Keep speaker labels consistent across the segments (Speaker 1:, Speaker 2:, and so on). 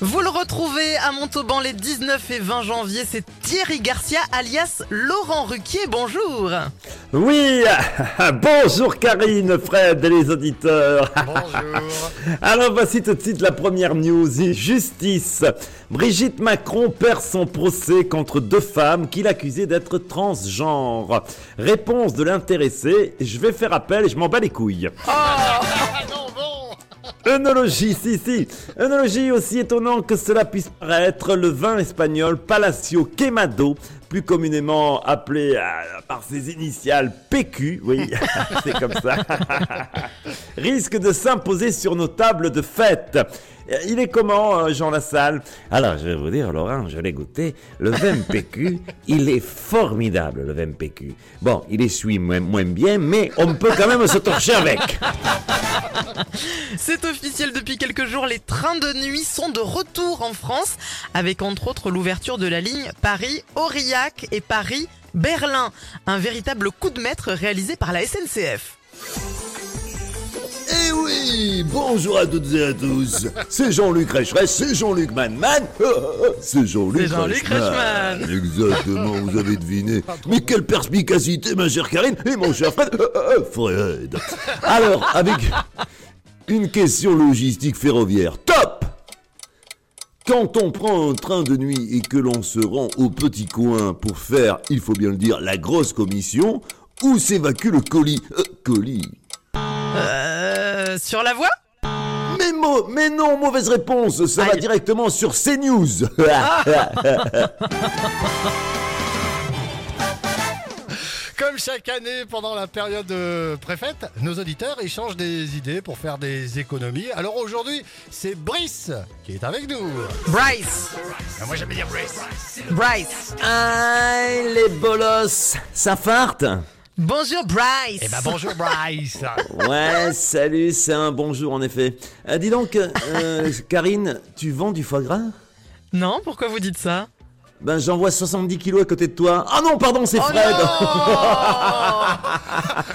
Speaker 1: Vous le retrouvez à Montauban les 19 et 20 janvier, c'est Thierry Garcia alias Laurent Ruquier, bonjour
Speaker 2: Oui, bonjour Karine, Fred et les auditeurs.
Speaker 1: Bonjour
Speaker 2: Alors voici tout de suite la première news. Et Justice. Brigitte Macron perd son procès contre deux femmes qu'il accusait d'être transgenres. Réponse de l'intéressé, je vais faire appel et je m'en bats les couilles.
Speaker 3: Ah non, bon
Speaker 2: Œnologie, si, si. Œnologie aussi étonnant que cela puisse paraître, le vin espagnol Palacio Quemado, plus communément appelé euh, par ses initiales PQ, oui, c'est comme ça, risque de s'imposer sur nos tables de fête. Euh, Il est comment, euh, Jean Lassalle Alors, je vais vous dire, Laurent, je l'ai goûté. Le vin PQ, il est formidable, le vin PQ. Bon, il essuie moins, moins bien, mais on peut quand même se torcher avec.
Speaker 1: C'est officiel depuis quelques jours, les trains de nuit sont de retour en France, avec entre autres l'ouverture de la ligne Paris-Aurillac et Paris-Berlin. Un véritable coup de maître réalisé par la SNCF.
Speaker 4: Eh oui, bonjour à toutes et à tous. C'est Jean-Luc Reichmann, c'est Jean-Luc Manman, c'est Jean-Luc
Speaker 1: C'est Jean-Luc
Speaker 4: Reichmann. Exactement, vous avez deviné. Mais quelle perspicacité, ma chère Karine et mon cher Fred. Euh, Fred. Alors, avec une question logistique ferroviaire. Top quand on prend un train de nuit et que l'on se rend au petit coin pour faire, il faut bien le dire, la grosse commission, où s'évacue le colis Euh, Colis
Speaker 1: Euh, sur la voie
Speaker 4: Mais, mo- mais non, mauvaise réponse, ça va
Speaker 1: Aïe.
Speaker 4: directement sur CNews.
Speaker 2: Ah,
Speaker 3: Comme chaque année, pendant la période euh, préfète, nos auditeurs échangent des idées pour faire des économies. Alors aujourd'hui, c'est Brice qui est avec nous.
Speaker 1: Bryce
Speaker 3: Ah, moi j'aime bien Brice.
Speaker 1: Bryce
Speaker 2: Ah, les bolos, ça farte
Speaker 1: Bonjour Bryce
Speaker 3: Eh ben bonjour Brice.
Speaker 2: Ouais, salut, c'est un bonjour en effet. Euh, dis donc, euh, Karine, tu vends du foie gras
Speaker 1: Non, pourquoi vous dites ça
Speaker 2: Ben j'envoie 70 kilos à côté de toi. Ah non, pardon, c'est Fred
Speaker 3: Oh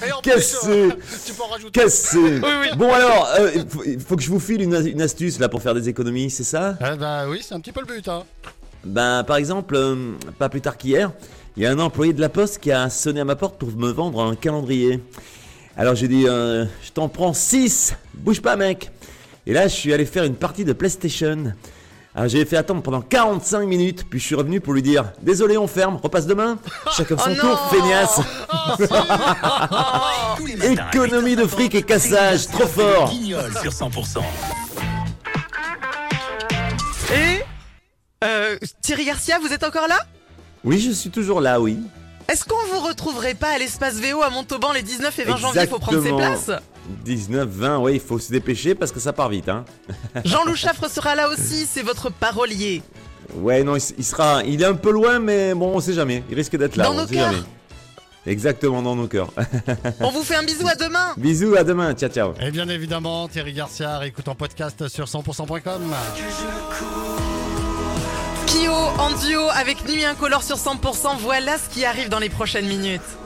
Speaker 3: Et en
Speaker 2: Qu'est-ce
Speaker 3: plus, euh,
Speaker 2: que
Speaker 3: tu peux en rajouter.
Speaker 2: Qu'est-ce que
Speaker 1: Oui,
Speaker 2: c'est Bon alors, euh, il faut, il faut que je vous file une, as- une astuce là pour faire des économies, c'est ça
Speaker 3: Eh ben oui, c'est un petit peu le but. Hein.
Speaker 2: Ben par exemple, euh, pas plus tard qu'hier, il y a un employé de la poste qui a sonné à ma porte pour me vendre un calendrier. Alors j'ai dit, euh, je t'en prends 6, bouge pas mec. Et là je suis allé faire une partie de PlayStation. Alors j'ai fait attendre pendant 45 minutes, puis je suis revenu pour lui dire, désolé on ferme, repasse demain. Chacun son
Speaker 1: Oh non
Speaker 2: tour,
Speaker 1: Oh,
Speaker 2: feignasse. Économie de fric et cassage, trop fort.
Speaker 5: sur 100%.
Speaker 1: Et euh, Thierry Garcia, vous êtes encore là
Speaker 2: Oui, je suis toujours là, oui.
Speaker 1: Est-ce qu'on vous retrouverait pas à l'espace VO à Montauban les 19 et 20 janvier Il faut prendre ses
Speaker 2: Exactement.
Speaker 1: places
Speaker 2: 19, 20, oui, il faut se dépêcher parce que ça part vite, hein.
Speaker 1: Jean-Loup Chaffre sera là aussi, c'est votre parolier.
Speaker 2: Ouais, non, il, s- il sera, il est un peu loin, mais bon, on sait jamais. Il risque d'être là.
Speaker 1: Dans
Speaker 2: on
Speaker 1: nos
Speaker 2: sait
Speaker 1: cœurs.
Speaker 2: jamais. Exactement dans nos cœurs.
Speaker 1: On vous fait un bisou à demain
Speaker 2: Bisous, à demain, ciao, ciao.
Speaker 3: Et bien évidemment, Thierry Garcia, écoute en podcast sur 100%.com.
Speaker 1: Kyo en duo avec Nuit Incolore sur 100%, voilà ce qui arrive dans les prochaines minutes.